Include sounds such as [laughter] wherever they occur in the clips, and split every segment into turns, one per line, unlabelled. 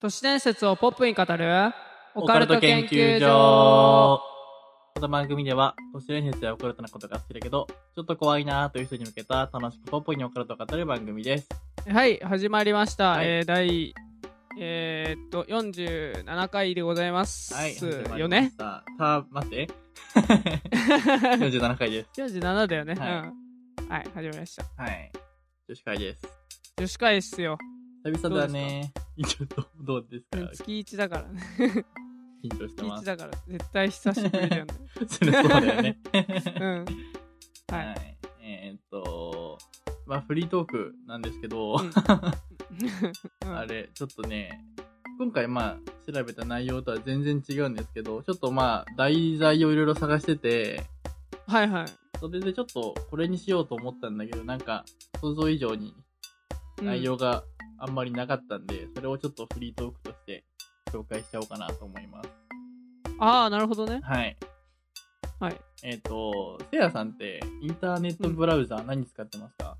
都市伝説をポップに語るオ
オ
カ
カ
ルト
ルト
研
研
究
究
所
所この番組では、都市伝説やオカルトなことが好きだけど、ちょっと怖いなーという人に向けた楽しくポップにオカルトを語る番組です。
はい始まりました、
はい
えー第えーっと47回でございます、
はい。
よ
[laughs]
ね
始まりました。さあ、待って。47回です。
47だよね
はい
うんはい始まりました
はい。女子会です。
女子会っすよ
久々だね。ちょっと、どうですか
月1だからね
緊張して
月
ま
1
す。
だから絶対久しぶり
[laughs]
だよね
それそうだよね。
うんは
[laughs] はいい。えーっと、まあ、フリートークなんですけど、 [laughs]
うん
あれ、ちょっとね、今回まあ、調べた内容とは全然違うんですけど、ちょっとまあ、題材をいろいろ探してて、
はいはい
それでちょっとこれにしようと思ったんだけど、なんか、想像以上に
うん
内容があんまりなかったんで、それをちょっとフリートークとして紹介しちゃおうかなと思います。
ああなるほどね
はい。
はい。
えっ、と、せいやさんって、インターネットブラウザー何使ってますか、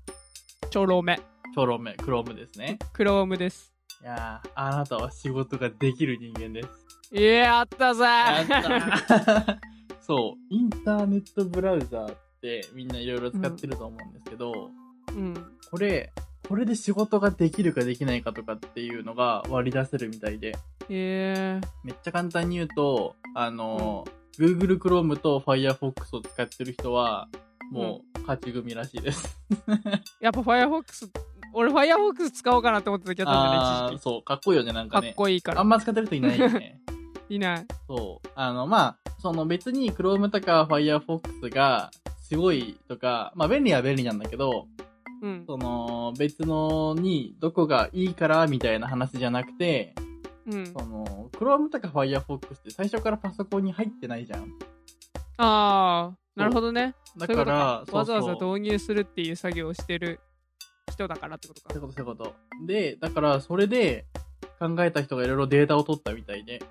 ちょろめ
チョロメ、クロームですね。
クロームです
いやー、あなたは仕事ができる人間です。
いやあったぜ
やったーそう、インターネットブラウザーってみんないろいろ使ってると思うんですけど、
うん
これ、これで仕事ができるかできないかとかっていうのが割り出せるみたいで、
え
めっちゃ簡単に言うと、あのー、Google Chrome と Firefox を使ってる人は、もう勝ち組らしいです。
やっぱ Firefox、俺 Firefox 使おうかなって思った時あったんだ
あ
よ
ー
ね、知識。
そう、かっこいいよね、なん
か
か
っ
ね。
こいいか
あ
ら
ん。ま使ってる人いないよね。
いない。
そう。あの、まあ、その別に Chrome とか Firefox がすごいとか、まあ便利は便利なんだけど、
うん。
その別のにどこがいいからみたいな話じゃなくて、
うん
そ。の Chrome とか Firefox って最初からパソコンに入ってないじゃん。
ああ、なるほどね。
だから、
そういうことかわざわざ
う。
導入するっていう作業をしてる人だからってこと
そういう
か。
ことそういうこと。で、だからそれで考えた人がいろいろデータを取ったみたいで、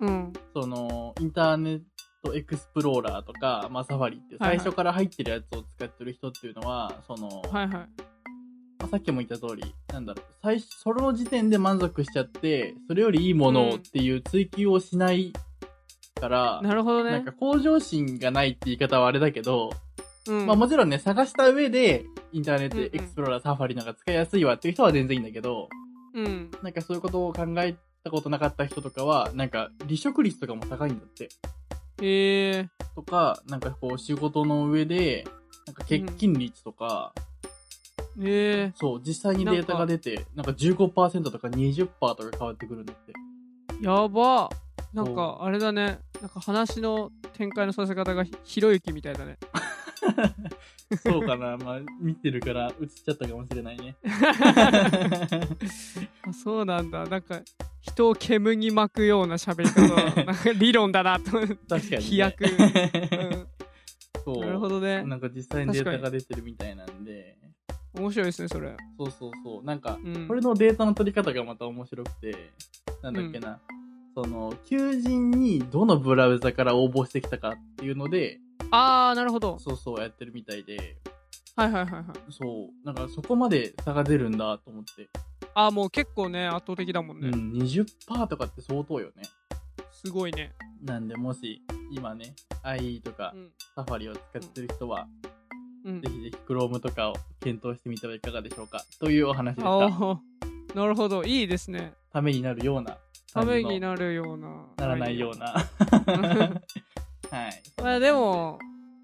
うん。
そのインターネットエクスプローラーとか、まあ、サファリって
はいはい
最初から入ってるやつを使ってる人っていうのは、その、
はいはい。
まあさっきも言った通り、なんだろう、最初、その時点で満足しちゃって、それよりいいものをっていう追求をしないから、
なるほど
なん
ね
か。向上心がないって言い方はあれだけど、
うん
まあもちろんね、探した上で、インターネット
うんう
エ
ん
クスプローラー、サファリなんか使いやすいわっていう人は全然いいんだけど、
うん。
なんかそういうことを考えたことなかった人とかは、なんか離職率とかも高いんだって。
へえ。
とか、なんかこう仕事の上で、なんか欠勤率とか、
へえ。
そう、実際にデータが出て、なんか15%とか20%とか変わってくるんだって。
やば。なん
そ
か、あれだね。なんか話の展開のさせ方がひひろゆきみたいだ
[laughs]
ね。
そうかな、まあ見てるから映っちゃったかもしれない [laughs] ね。
あそうなんだ。なんか、人を煙に巻くような喋り
[laughs]
方。なんか理論だなと思って。
確かに、ね。
飛
[laughs]
躍
そう。
なるほどね。
なんか実際にデータが出てるみたいなんで、
面白いですね、それ。
そうそうそう。なんか、
うん
これのデータの取り方がまた面白くて、なんだっけな、その、求人にどのブラウザから応募してきたかっていうので、
あー、なるほど。
そうそうやってるみたいで、
はいはいはいはい。
そう、なんかそこまで差が出るんだと思って。
あー、もう結構ね、圧倒的だもん
う
ね。
ん、20%とかって相当よね。
すごいね。
なんで、もし、今ね、IE とか
う、ん。
サファリを使ってる人は、
うん
ぜ、ひぜひ Chrome とかを検討してみてはいかがでしょうかというお話でし
あ
た。
ー、なるほど。いいですね。
ためになるような。
ために
な
なるような。
ならない
[laughs]
よう。な。はい。
まあでも、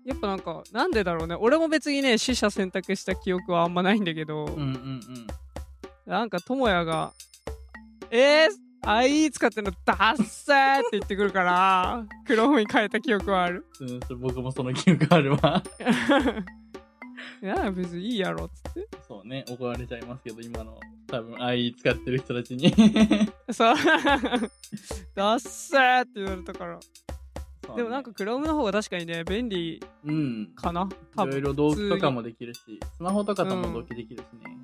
やっぱなんか、なんでだろうね。俺も別にね、死者選択した記憶はあんまないんだけど、
うんうんうん。
なんか、智也が、えー、あいい使ってんのダッサーって言ってくるから、 [laughs] クロームに変えた記憶はある。
うん、それ僕もその記憶あるわ。
いや、別にいいやろ、つって。
そうね、怒られちゃいますけど、今の、多分 IE 使ってる人たちに。
そう。 [laughs] ダッサーって言われたから。
そう
で
ね
もなんか、、Chrome の方が確かにね、便利
うん。
かな。多
い
分
ろいろ同期とか
も。
もできるし、スマホとかとも同期できるしね。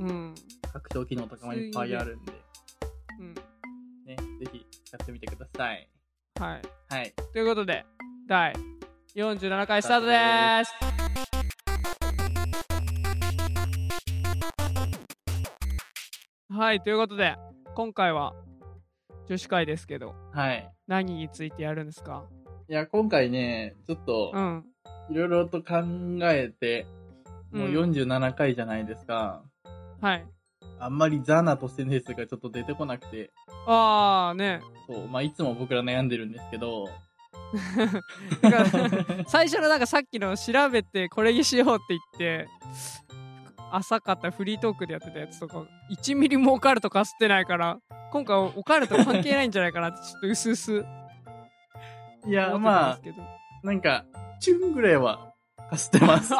うん。
拡張機能とかもいっぱいあるんで、
うん。
ね、ぜひ使ってみてください。
はい。
はい。
ということで、第47回スタートでーす。はい、ということで、今回は、女子会ですけど
はい。
何についてやるんですか
いや、今回ね、ちょっと
う、ん
いろいろと考えて、もううん47回じゃないですか。
はい
あんまりザナとしてのやつがちょっと出てこなくて、
ああね [laughs]
そう、まあ、いつも僕ら悩んでるんですけど、
だから最初のなんかさっきの調べてこれにしようって言って浅かったフリートークでやってたやつとか1ミリもオカルトかすってないから今回オカルト関係ないんじゃないかなってちょっとうすうす思
いや、
ってたん
ま
ですけど、
あ、なんか、チュンぐらいは、かすっ
[laughs]
てます。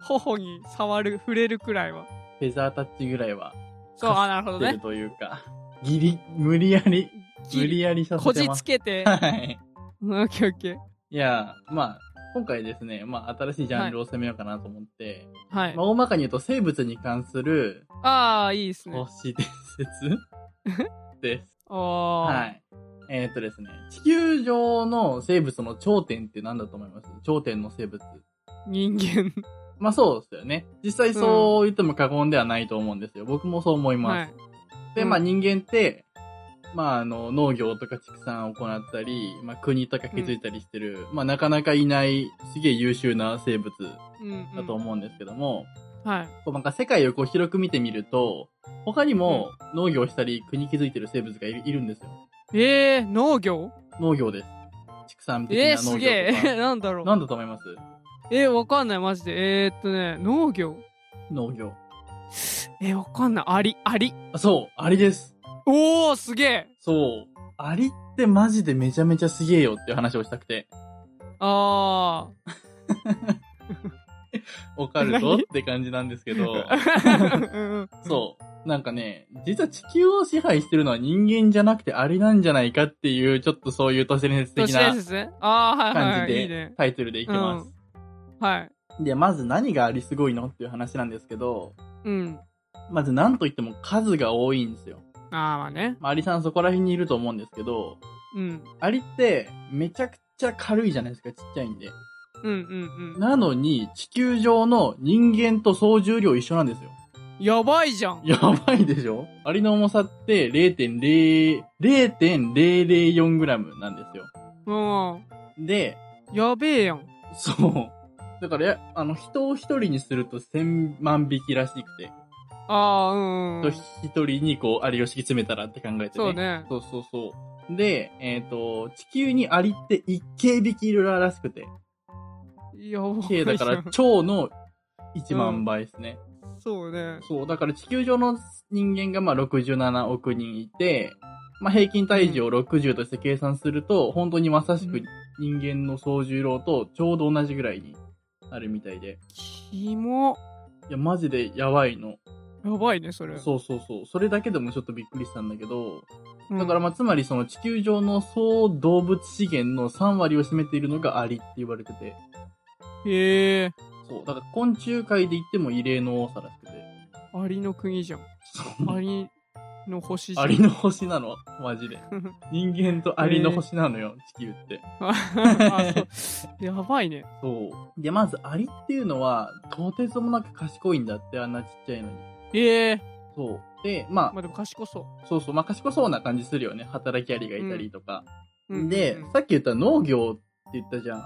頬に触る触れるくらいは
フェザータッチぐらいは、
そうあなるほど
出る
ね
というか、ギリ、無理やり、無理やりさ
こ
せて
じ
ま
つ
す。
けて
はい。
オッケーオッケー
いや、まあ、今回ですね、まあ、新しいジャンルを攻めようかなと思って、
はい
まあ、大まかに言うと、生物に関する、
ああいいですね
都市伝
[laughs]
説です。
ああ
は
はい
い。えーっとですね、地球上の生物の頂点って何だと思います頂点の生物。
人間
まあそうですよね。実際そう言っても過言ではないと思うんですよ。僕もそう思います。
はい
で、
うん
まあ人間って、まああの農業とか畜産を行ったり、まあ国とか築いたりしてる、まあなかなかいないすげえ優秀な生物
うん
だと思うんですけども、
うんはい
こうなんか世界をこう広く見てみると、他にも農業したり国築いてる生物がいるいるんですよ。
えー、農業
農業です。畜産的
えー、
な農業
す
とか。
げえなんだろう
[laughs] なんだと思います
えー、わかんないマジでえー、っとね農業
農業。
えー、わかんないアリアリ
あそう、アリです。
おおすげえ
そう。アリってマジでめちゃめちゃすげえよっていう話をしたくて。
あ
オカルトって感じなんです
[laughs]
けど。
あ
そう。なんかね、実は地球を支配してるのは人間じゃなくてアリなんじゃないかっていう、ちょっとそういう都市伝説
都
的
市
な
伝説ねああはいはい
感
は
じ
いいいね
でタイトルでいきます。
はい
で、まず何がアリすごいのっていう話なんですけど、
うん
まず何と言っても数が多いんですよ。
ああまあね
まあ、アリさんそこら辺にいると思うんですけど、
うん
アリってめちゃくちゃ軽いじゃないですか、ちっちゃいんで。
うんうんうん
なのに、地球上の人間と総重量一緒なんですよ。 [laughs]
やばいじゃん
やばいでしょアリの重さって0.0、0.004グラムなんですよ。
うん
で、
やべえやん
そう。だから、やあの、人を一人にすると千万匹らしくて、
ああうんうん
人一人にこう、アリを敷き詰めたらって考えてね。
そう。ね
そうそうそう。で、えっ、と、地球にアリって一軽匹いるらしくて、
やばい
軽だか
じゃ
ら
ん
蝶の1万倍ですね。
そうね
そう、だから地球上の人間がまあ67億人いて、まあ平均体重を60として計算すると、本当にまさし
う
く
ん
人間の総重量とちょうど同じぐらいになるみたいで。
キモ
いや、マジでやばいの。
やばいねそれ
そうそうそう。それだけでもちょっとびっくりしたんだけど、
うん
だからまあつまりその地球上の総動物資源の3割を占めているのがアリって言われてて。
へえ
そう、だから昆虫界で言っても異例の多さらしくて。
アリの国じゃん
そう
アリの星じゃん
アリの星なのマジで。人間とアリの星なのよ、地球って。
[laughs] あそうやばいね
そう。で、まずアリっていうのは、とてつもなく賢いんだって、あんなちっちゃいのに。
ええ
そう。で、ま
まあでも賢そ
あ、そうそう、まあ賢そうな感じするよね。働きアリがいたりとか。
う、うんうんうん、
で、さっき言った農業って言ったじゃん。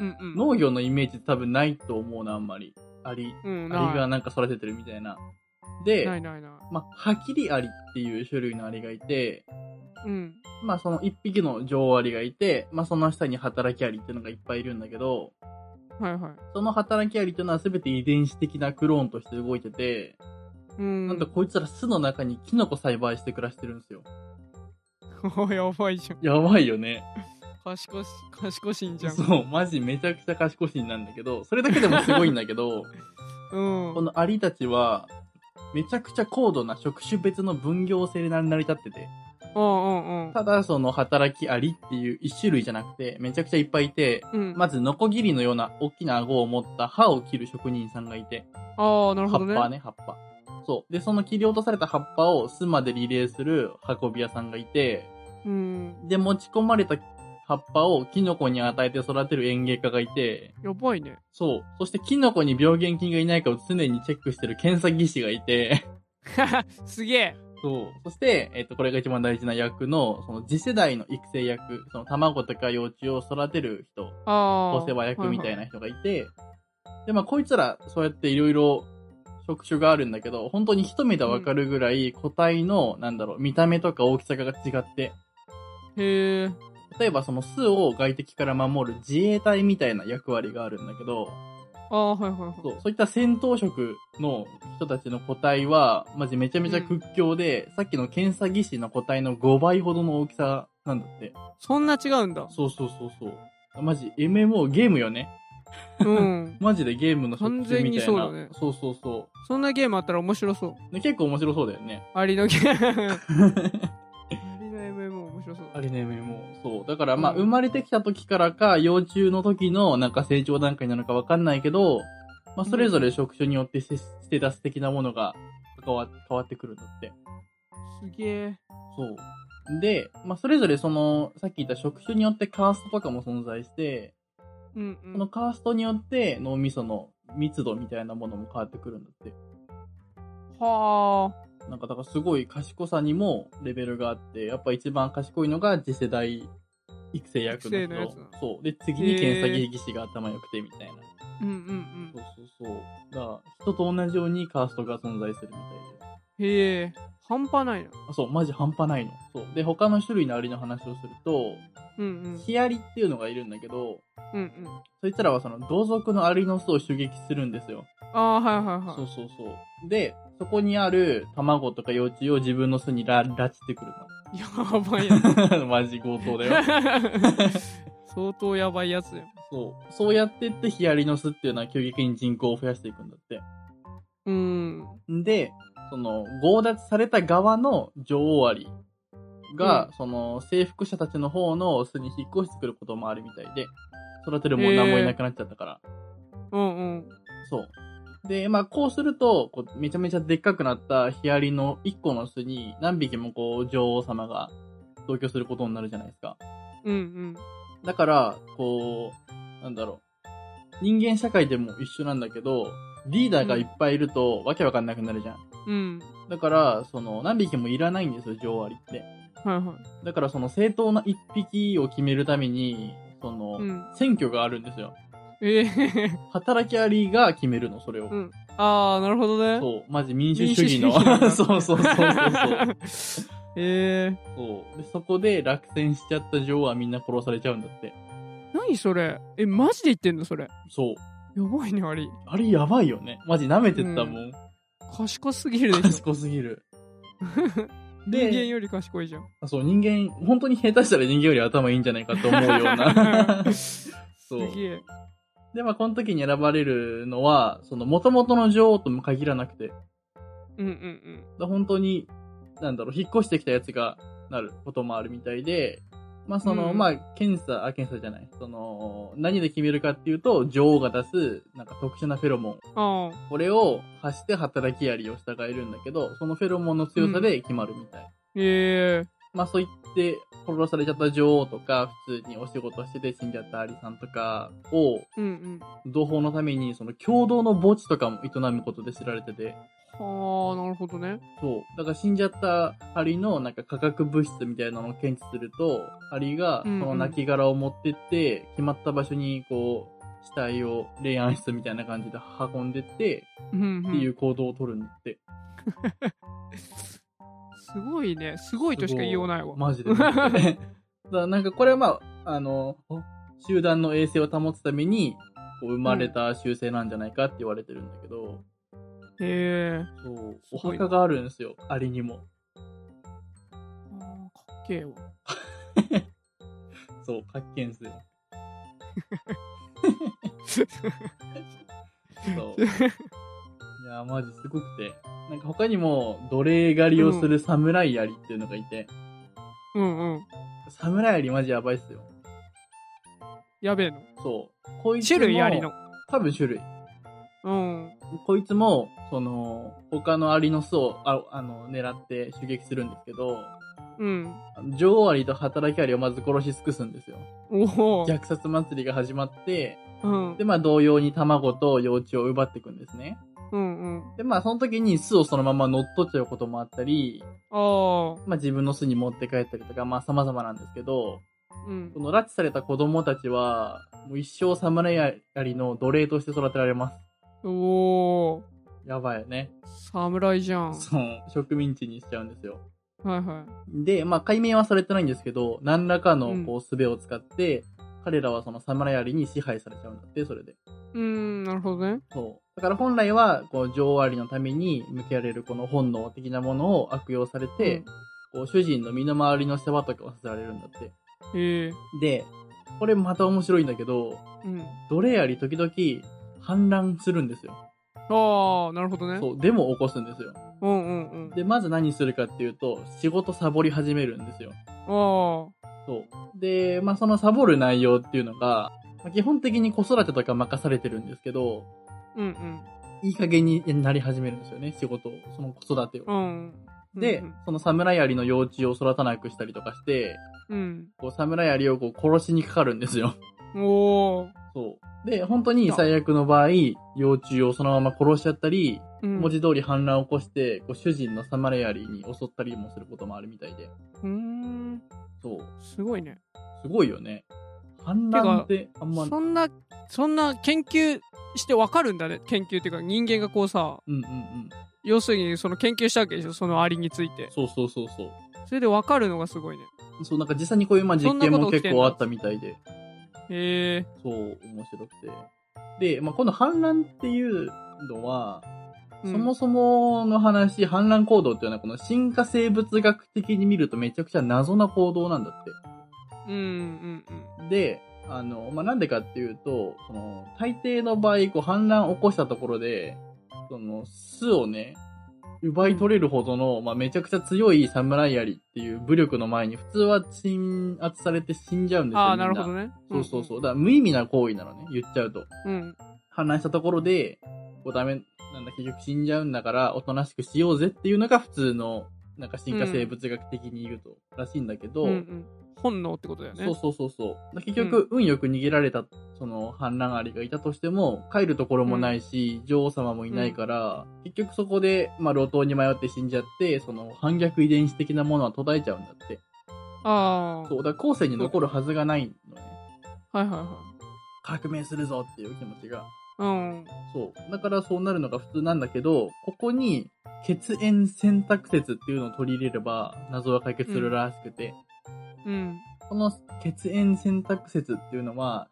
うんうん、
農業のイメージ多分ないと思うな、あんまり。アリ。
うん
アリ
な
が
い
なんか育ててるみたいな。で、
ないないな
まあ、ハキリアリっていう種類のアリがいて、
いうん
まあその一匹の女王アリがいて、まあその下に働きアリっていうのがいっぱいいるんだけど、
はいはい
その働きアリっていうのは全て遺伝子的なクローンとして動いてて、
うん
なんとこいつら巣の中にキノコ栽培して暮らしてるんですよ。
[laughs] やばいじゃん
やばいよね。
賢し賢しんじゃん
そう、マジめちゃくちゃ賢しんなんだけど、それだけでもすごいんだ
[laughs]
けど、
うん
このアリたちは、めちゃくちゃ高度な職種別の分業制で成り立ってて、
うんうんうん
ただその働きアリっていう一種類じゃなくて、めちゃくちゃいっぱいいて、
うん
まず、ノコギリのような大きな顎を持った歯を切る職人さんがいて、
ああなる
葉
ほ
っ
どね
ぱね、葉っぱ。そう。で、その切り落とされた葉っぱを巣までリレーする運び屋さんがいて、
うん
で、持ち込まれた葉っぱをキノコに与えて育てる園芸家がいて、
やばいね [laughs]
そう。そしてキノコに病原菌がいないかを常にチェックしてる検査技師がいて、
すげえ
そう。そして、えっと、これが一番大事な役の、その次世代の育成役、その卵とか幼虫を育てる人、
あ
お世話役みたいな人がいて、で、まあ、こいつら、そうやっていろいろ職種があるんだけど、本当に一目でわかるぐらい個体の、なんだろう、見た目とか大きさが違って、
な。へえ。
例えばその巣を外敵から守る自衛隊みたいな役割があるんだけど、
ああ、はいはいはい。
そうそういった戦闘職の人たちの個体は、マジめちゃめちゃ屈強で、さっきの検査技師の個体の5倍ほどの大きさなんだって。
そんな違うんだ。
そうそうそうそう。マジ MMO ゲームよね。
うん。
マジでゲームの職種みたいな。
完全にそうだね
そうそうそ
そんなゲームあったら面白そう。
う。で結構面白そうだよね。
アリのゲーム。アリの MMO 面白そうだ。
あれね、もう。そう。だからまあ、
うん
生まれてきた時からか、幼虫の時のなんか成長段階なのかわかんないけど、まあ、それぞれ職種によってせステータス的なものが変わ変わってくるんだって。
すげえ。
そう。で、まあ、それぞれその、さっき言った職種によってカーストとかも存在して、
うんう
その
ん。
カーストによって脳みその密度みたいなものも変わってくるんだって。
はあ。
なんかだからすごい賢さにもレベルがあって、やっぱ一番賢いのが次世代育成役の
育成のやつ
人
なの。
そう。で、次に検査技師が頭良くてみたいな。
うんう
そ
ん
うそうそう。だから人と同じようにカーストが存在するみたいです。
うん。へえ。半端ないな。
あ、そう、マジ半端ないの。そう。で、他の種類のアリの話をすると、
うんうん。
ヒアリっていうのがいるんだけど、
うんうん。
そいつらはその同族のアリの巣を襲撃するんですよ。
ああ、はいはいはい。
そうそうそう。で、そこにある卵とか幼虫を自分の巣にら拉致ってくる
やばいやつ。
の。 [laughs] マジ強盗
[laughs]
だよ。
相当やばいやつよ。
そう。そうやってってヒアリの巣っていうのは急激に人口を増やしていくんだって。
うん。
んで、その、強奪された側の女王アリが、
うん
その、征服者たちの方の巣に引っ越してくることもあるみたいで、育てるもんなんもいなくなっちゃったから。
うんうん。
そう。で、まあ、こうすると、こうめちゃめちゃでっかくなったヒアリの1個の巣に何匹もこう、女王様が同居することになるじゃないですか。
うんうん。
だから、こう、なんだろう。人間社会でも一緒なんだけど、リーダーがいっぱいいると、わけわかんなくなるじゃん。
うん。
だから、その、何匹もいらないんですよ、女王アリって。
はいは
だから、その、正当な1匹を決めるために、その、
い。うん。
選挙があるんですよ。
ええ。 [laughs]
働きアリが決めるの、それを。
うんああ、なるほどね。
そう、マジ民主主義の。
民主主義の
[laughs] そうそうそうそうそう。
[laughs] ええ
そうでそこで落選しちゃった女王はみんな殺されちゃうんだって。
何それえ、マジで言ってんのそれ。や
そう。
ばいね、あれ。
あれやばいよね。マジ舐めてったもん。
賢すぎるで [laughs] しょ。
賢すぎる。
人間
で、
より賢いじゃん。
あそう、人間、本当に下手したら人間より頭いいんじゃないかと思うよう
[laughs]
な。
す
そう。
げえ。
で、まあ、この時に選ばれるのは、その、元々の女王とも限らなくて、
うんうん
だ本当に、なんだろう、引っ越してきたやつがなることもあるみたいで、まあその、
うん
まあ検査、あ、検査じゃない、その、何で決めるかっていうと、女王が出す、なんか特殊なフェロモン。
うん。ああ。
これを発して働きやりを従えるんだけど、そのフェロモンの強さで決まるみたい。
ええ
まあそう言って、殺されちゃった女王とか、普通にお仕事してて死んじゃったアリさんとかを、
うん
同胞のために、その共同の墓地とかも営むことで知られてて、
うん。はあ、なるほどね。
そう。だから死んじゃったアリのなんか化学物質みたいなのを検知すると、アリがそ
うんうん
の亡骸を持ってって、決まった場所にこう、死体を霊安室みたいな感じで運んでって、
うん、うん。
っていう行動を取るんだって。
すごいね。すごいとしか言いようないわ。
マ
[laughs]
ジで。だからなんかこれはまあ、あの、集団の衛生を保つために、こう生まれた習性なんじゃないかって言われてるんだけど、
ええ
そう、お
すごい
墓があるんですよ、アリにも。
ああかっけえわ。
そう、発見する。そう。 [laughs] いやー、マジすごくて。なんか他にも、奴隷狩りをする侍槍っていうのがいて、
うんうん。
侍槍マジやばいっすよ。
やべえの。
そう。こいつも
種類ありの。。
多分種類。
うん。
こいつも、その、他の槍の巣を、ああの、狙って襲撃するんですけど、
うん。
女王槍と働き槍をまず殺し尽くすんですよ。
おお。
虐殺祭りが始まって、
うん
で、。まあ同様に卵と幼虫を奪っていくんですね。
うんうん。
で、まあ、その時に巣をそのまま乗っ取っちゃうこともあったり、
あ
まあ、自分の巣に持って帰ったりとか、まあ、様々なんですけど、
あ。うん
こ。の拉致された子供たちは、もう一生侍やりの奴隷として育てられます。
おー。
やばいよね。
侍じゃん。
そう、植民地にしちゃうんですよ。
はいは
で、まあ、解明はされてないんですけど、何らか
う
の
ん
こう、術を使って、彼らはその侍槍に支配されちゃうんだって、それで。
い。うーん、なるほどね。
そう。だから本来は、こう、女王アリのために向けられるこの本能的なものを悪用されて、
うん
こう主人の身の回りの世話とかをさせられるんだって。
へえ。
で、これまた面白いんだけど、
うん。
奴隷アリ時々反乱するんですよ。
ああ、なるほどね。
そう、デモを起こすんですよ。
うんうんうん。
で、まず何するかっていうと、仕事サボり始めるんですよ。
あ
そう。で、まあそのサボる内容っていうのが、まあ基本的に子育てとか任されてるんですけど、
あ。うん
いい加減になり始めるんですよね、仕事を。その子育てを
うん。う。ん。
で、その侍槍の幼虫を育たなくしたりとかして、
うん。
こう侍槍をこう殺しにかかるんですよ。
うん。おー。
そう。で、本当に最悪の場合、幼虫をそのまま殺しちゃったり、
うん
文字通り反乱を起こして、こう主人の侍槍に襲ったりもすることもあるみたいで。
うーん。
そう。
すごいね。
すごいよね。反乱ってあんま、
そんな、そんな研究してわかるんだね。研究っていうか、人間がこうさ、
うんうんうん。
要するにその研究したわけでしょ、そのアリについて。
そうそうそうそう。
それでわかるのがすごいね。
そう、なんか実際にこういうまあ実
そんな
験
こと
も
起き
結
てんだ
構あったみたいで。
へえ。
そう、面白くて。で、まあ、この反乱っていうのは、
うん
そもそもの話、反乱行動っていうのは、この進化生物学的に見るとめちゃくちゃ謎な行動なんだって。
うんうんうん。
で、あの、まあ、なんでかっていうと、その、大抵の場合、こう、反乱を起こしたところで、その、巣をね、奪い取れるほどの、まあ、めちゃくちゃ強い侍槍っていう武力の前に、普通は鎮圧されて死んじゃうんですよ。
ああ、
みん
なるほどね。
そうそうそう。だから無意味な行為なのね、言っちゃうと。
うん。うん。
反乱したところで、こうダメなんだ、結局死んじゃうんだから、おとなしくしようぜっていうのが普通の、なんか進化生物学的に言うと、らしいんだけど、
うんうん。本能ってことだよね。
そうそうそうそう。結局、運よく逃げられた、その、反乱アリがいたとしても、帰るところもないし、女王様もいないから、結局そこで、まあ、路頭に迷って死んじゃって、その、反逆遺伝子的なものは途絶えちゃうんだって。
あ
そう、だから後世に残るはずがないのね。
あ。はいはいは
革命するぞっていう気持ちが。
い。うん。
そう。だからそうなるのが普通なんだけど、ここに血縁選択説っていうのを取り入れれば謎は解決するらしくて、
うん。
この血縁選択説っていうのは、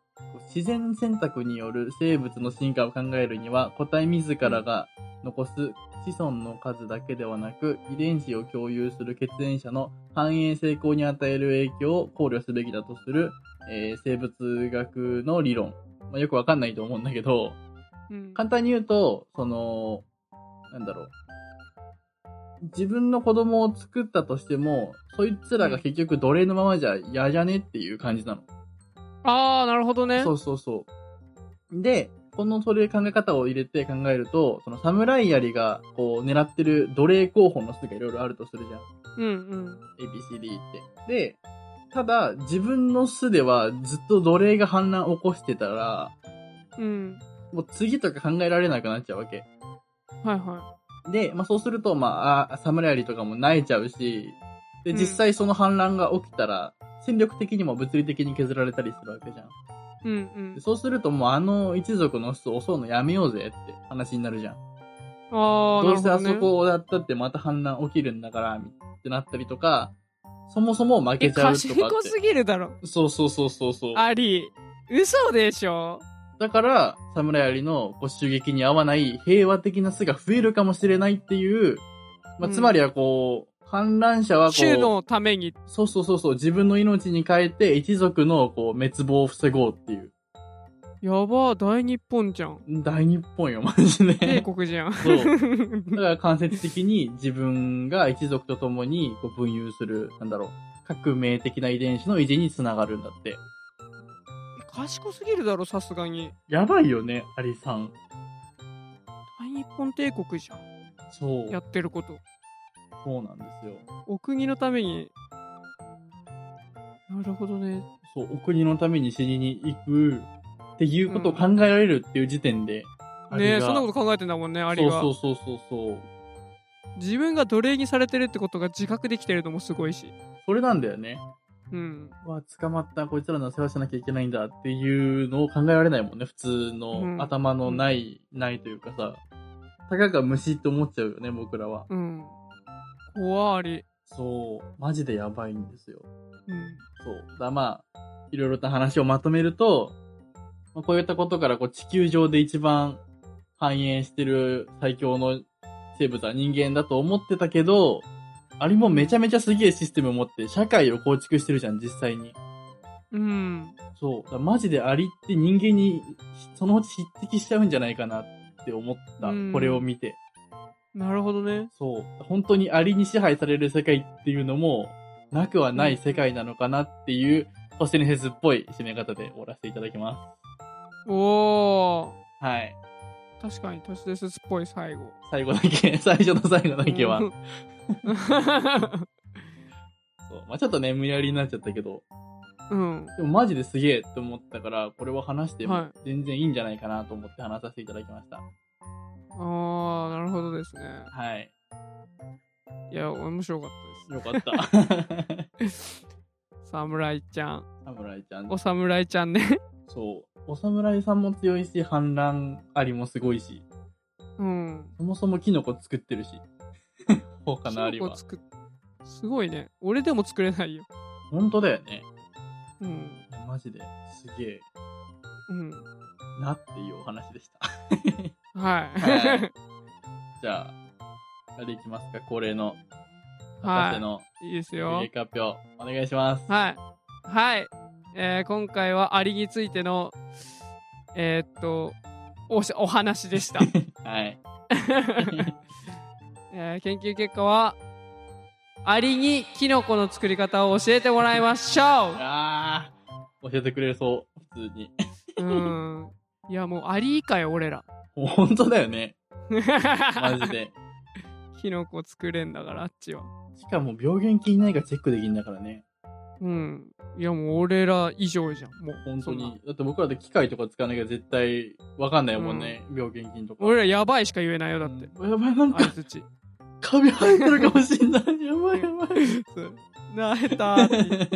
自然選択による生物の進化を考えるには、個体自らが残す子孫の数だけではなく、遺伝子を共有する血縁者の繁栄成功に与える影響を考慮すべきだとする、えー生物学の理論。まあ、よくわかんないと思うんだけど、
うん。
簡単に言うと、その、なんだろう。自分の子供を作ったとしても、そいつらが結局奴隷のままじゃ嫌じゃねっていう感じなの。
ああ、なるほどね。
そうそうそう。で、このそれ考え方を入れて考えると、その侍槍がこう狙ってる奴隷候補の巣がいろいろあるとするじゃん。
うんうん。
ABCD って。で、ただ自分の巣ではずっと奴隷が反乱を起こしてたら、
うん。
もう次とか考えられなくなっちゃうわけ。
はいは
で、まあ、そうすると、まあ、あ侍槍とかも萎えちゃうし、で、
うん
実際その反乱が起きたら、戦力的にも物理的に削られたりするわけじゃん。
い。うんうん
で。そうするともうあの一族の人を襲うのやめようぜって話になるじゃん。
ああ、
ど
な
う
るほ
せ
ど
あ
ね。
そこだったってまた反乱起きるんだから、ってなったりとか、そもそも負
え、
けちゃうとかっ
か
て
し。こすぎるだろ。
そうそうそうそうそう。
あり。嘘でしょ
だから、侍槍のこう襲撃に合わない平和的な巣が増えるかもしれないっていう、まあ、つまりはこう、反乱者はこう、
州のために。
そうそうそうそう、自分の命に変えて一族のこう滅亡を防ごうっていう。
やば、大日本じゃ
[laughs]
ん。
大日本よ、マジ
帝
で。
国じゃん。
そう。だから間接的に自分が一族と共にこう分有する、なんだろう、革命的な遺伝子の維持につながるんだって。
賢すぎるだろ、さすがに。
やばいよね、アリさん。
大日本帝国じゃん。
そう
や。ってること。
そうなんですよ。
お国のために。なるほどね。
そう、お国のために死にに行くっていうことを考えられるっていう時点で、アリ
ね
が
えそんなこと考えてんだもんねアリ
そう
が
そうそうそうそう。
自分が奴隷にされてるってことが自覚できてるのもすごいし
それなんだよね。
うん、
うわ、捕まった、こいつらの世話しなきゃいけないんだっていうのを考えられないもんね、普通
う
の
ん
頭のない、ないというかさ。たかが虫って思っちゃうよね、僕らは。
うん、怖あり、
そう。マジでやばいんですよ。
うん、
そう。だからまあ、いろいろと話をまとめると、まあこういったことからこう地球上で一番繁栄してる最強の生物は人間だと思ってたけど、あれもめちゃめちゃすげえシステムを持って社会を構築してるじゃん、実際に。
うん、
そう。だからマジでアリって人間にそのうち匹敵しちゃうんじゃないかなって思った。
うん
これを見て。
なるほどね。
そう。本当にアリに支配される世界っていうのも、なくはない世界なのかなっていう、都市伝説っぽい締め方で終わらせていただきま
おー、
す。はい。
確かに都市伝説っぽい最後。
最後だけ、 [laughs] 最初の最後だけは。
う
そ
ん
う。まあちょっとね、無理やりになっちゃったけど、
うん、 [laughs]
でもマジですげえって思ったから、これは話して
は
も全然いいんじゃないかなと思って話させていただきました。
ああ、なるほどですね。
はい。
いや、面白かっ
よかった。
[laughs]
[laughs]
たです。 [laughs] 侍ちゃん、
侍ちゃん
お。侍ちゃんね。 [laughs]
そう。お侍さんも強いし、反乱アリもすごいし、
うん。
そもそもキノコ作ってるし。 [laughs] 他のア
キ
リ
ノコ
は。
作っすごいね。俺でも作れないよ。
本当だよね。
うん、
マジで。すげえ
うん。
なっていうお話でした。
[laughs] はい。
はいじゃあ、あれいきますか。恒例の、博士の
い、いいですよ。
結果発表、お願いします。
はい。はい。えー今回はアリについての、えーっと、おしお話でした、 [laughs]
はい。 [laughs]
えー研究結果は、アリにキノコの作り方を教えてもらいましょ
あー、教えてくれそう。普通に。
ううん。いや、もうアリ以下よ、俺ら。
もう本当だよね。マジで。
キノコ作れんだから、あっちは。
しかも病原菌ないかチェックできるんだからね。
うん。いや、もう俺ら以上じゃん。もう、
本当
そんな
に。だって僕らで機械とか使わなきゃ絶対わかんないもんね。病原菌とか。
俺らやばいしか言えないよ、だって。
うんやばい、なん
あい
か、
つち。
カビ生えてるかもしんない。やばい、やばい。
[laughs] そうなえたーっ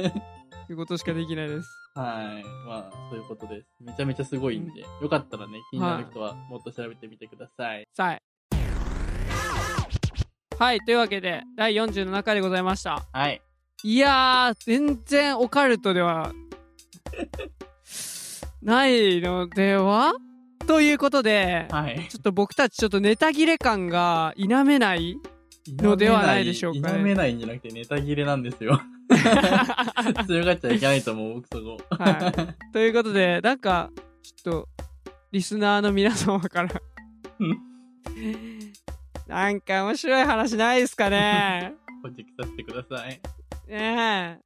ていうことしかできないです。
はい。まあ、そういうことです。めちゃめちゃすごいんで、よかったらね、気になる人はもっと調べてみてください。
さい。はい、というわけで、第47回でございました。
はい。
いやー、全然オカルトでは、ないのではということで、
はい。
ちょっと僕たちちょっとネタ切れ感が否めない [laughs] のではないでしょうかね
否めないんじゃなくて、ネタ切れなんで
[laughs]
すよ。強がっちゃいけないと思う、僕そこ。
はい。ということで、なんか、ちょっと、リスナーの皆様から
うん、
なんか面白い話ないですかね
こっち来させてください。
ね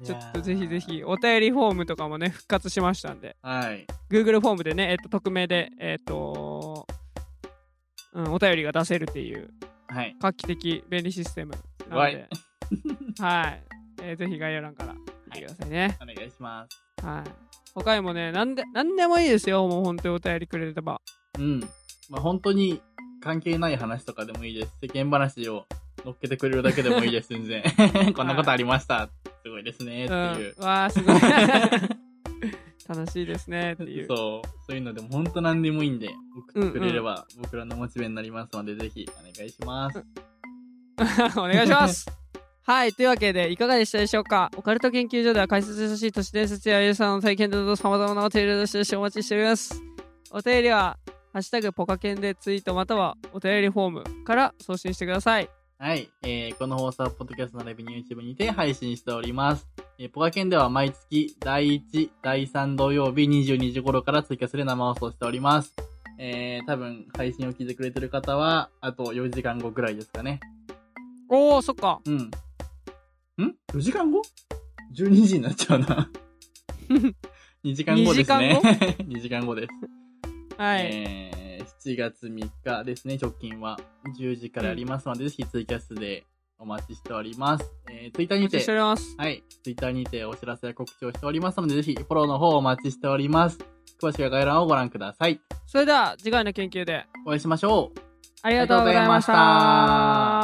え。ちょっとぜひぜ
いや
ひ、お便りフォームとかもね、復活しましたんで、
ー。はい。
Google フォームでね、えっと、匿名で、えっと、うん、お便りが出せるっていう、
はい。
画期的便利システムなので、はい。えーぜひ概要欄から見てくださいね。
お願いします。
はい。他にもね、なんで、なんでもいいですよ。もう本当にお便りくれれば。
うん。まあ、本当に関係ない話とかでもいいです。世間話を乗っけてくれるだけでもい
[laughs]
いです、全然。 [laughs] こんなことありました。すごいですね、っていう。
うん、わあすごい [laughs] 楽しいですねっていう
そう、そういうのでも本当何でもいいんで、送ってくれれば僕らのモチベになりますので、ぜひお願いします。
[laughs] お願いしますはい。というわけで、いかがでしたでしょうかオカルト研究所では解説してほしい都市伝説やユーザーの体験など様々なお便りをどしどしお待ちしております。お便りは、ハッシュタグポカケンでツイートまたはお便りフォームから送信してください。
はい、えーこの放送はポッドキャストのライブ YouTube にて配信しております。えーポカケンでは毎月第1、第3土曜日22時頃から追加する生放送をしております。えー、多分配信を聞いてくれてる方は、あと4時間後くらいですかね。
おー、そっか。
うん。ん ?4 時間後 ?12 時になっちゃう [laughs] な。2時間後ですね。2 [laughs] 時間後です。
はい。
えー7月3日ですね、直近は10時からありますので、ぜひツイキャスでお待ちしております。えー、ツイッター
お
に
待ちしてお
て、
ります。
はい、ツイッターにてお知らせや告知をしておりますので、ぜひフォローの方をお待ちしております。詳しくは概要欄をご覧ください。
それでは次回の研究で
お会いしましょう。
ありがとうございました。
ありがとうございました